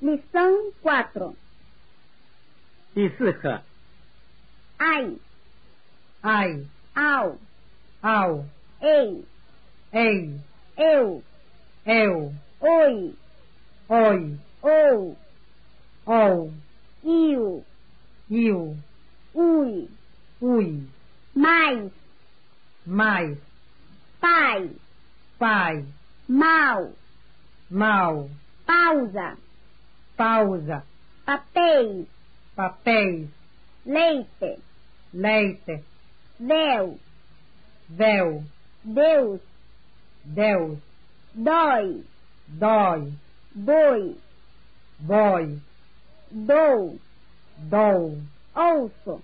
Lição 4. 第四课 Ai, ai, ao, ao, ei, ei, eu, eu, oi, oi, ou, ou, iu, iu, ui, ui, mais, mais, pai, pai, mal, mal, pausa, pausa, papéis, papéis, leite, leite, véu, véu, Deus, Deus, dói, dói, boi, boi, dou, dou, ouço,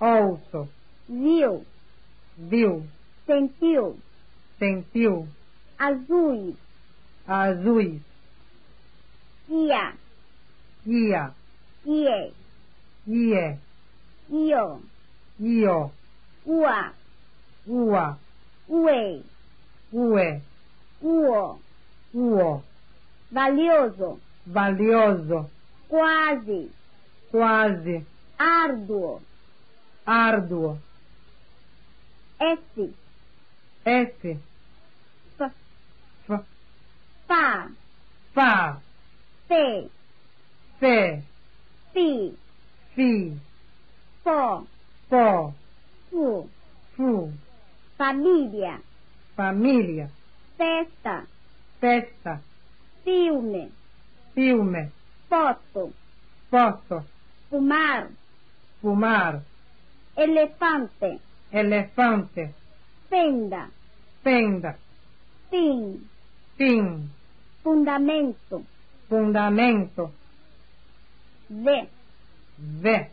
ouço, viu, viu, sentiu, sentiu, azuis, azuis, ia, ia, ie, ie, io, io, ua, ua, ue, ue, uo, uo, valioso, valioso, quase, quase, arduo, arduo, S, S, F, F, fa, fa, fe, fe, fi, fi, fo, fo, fu, fu, família, família, festa, festa, filme, filme, foto, foto, fumar, fumar, elefante, elefante, fenda, fenda, fim, fim, fundamento, fundamento, ve, ve,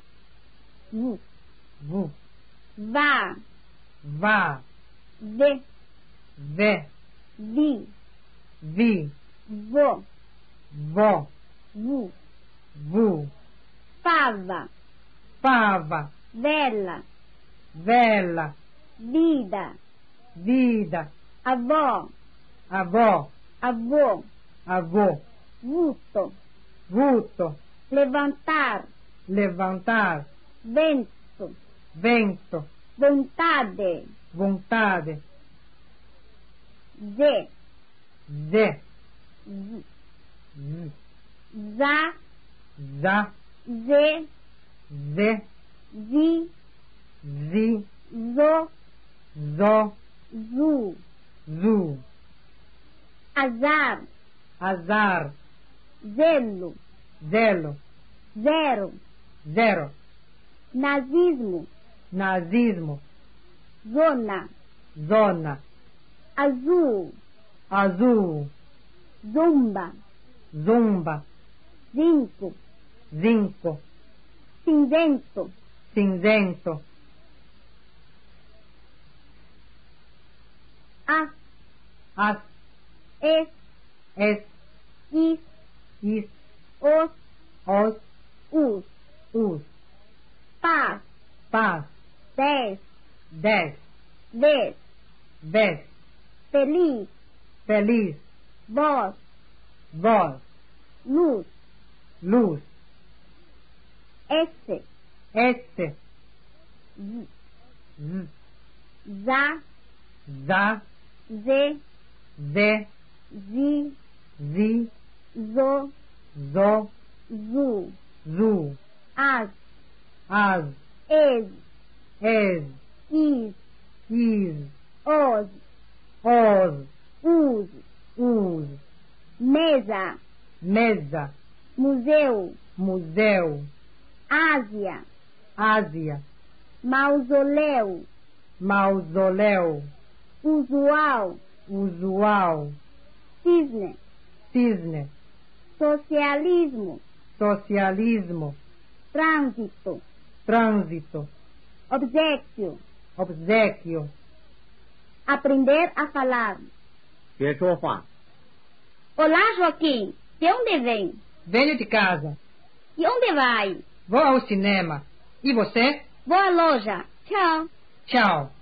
vu, vu, va, vá, ve, ve, vi, vi, vo, vo, vu, vu, fava, fava, vela, vela, vida, vida, avó, avó, avô, avô, vulto, vulto, levantar, levantar, vento, vento, vontade, vontade, ze, ze, z, z, za, za, ze, ze, zi, zi, zo, zo, zu, zu, azar, azar, zelo, zelo, zero, zero, nazismo, nazismo, zona, zona, azul, azul, zumba, zumba, zinco, zinco, cinzento, cinzento, a, as, es, es, is, is, os, os, us, us, paz, paz, dez, dez, vez, vez, feliz, feliz, voz, voz, luz, luz, S, S, z, z, za, za, ze, ze, zi, zi, zo, zo, zu, zu, as, as, es, es, is, is, os, os, us, us, mesa, mesa, museu, museu, Ásia, Ásia, mausoléu, mausoléu, usual, usual, cisne, cisne, socialismo, socialismo, trânsito, trânsito, obséquio, obsequio, aprender a falar. 学说话。 Olá, Joaquim, de onde vem? venho de casa, E onde vai? vou ao cinema, e você? Boa loja. Tchau. Tchau.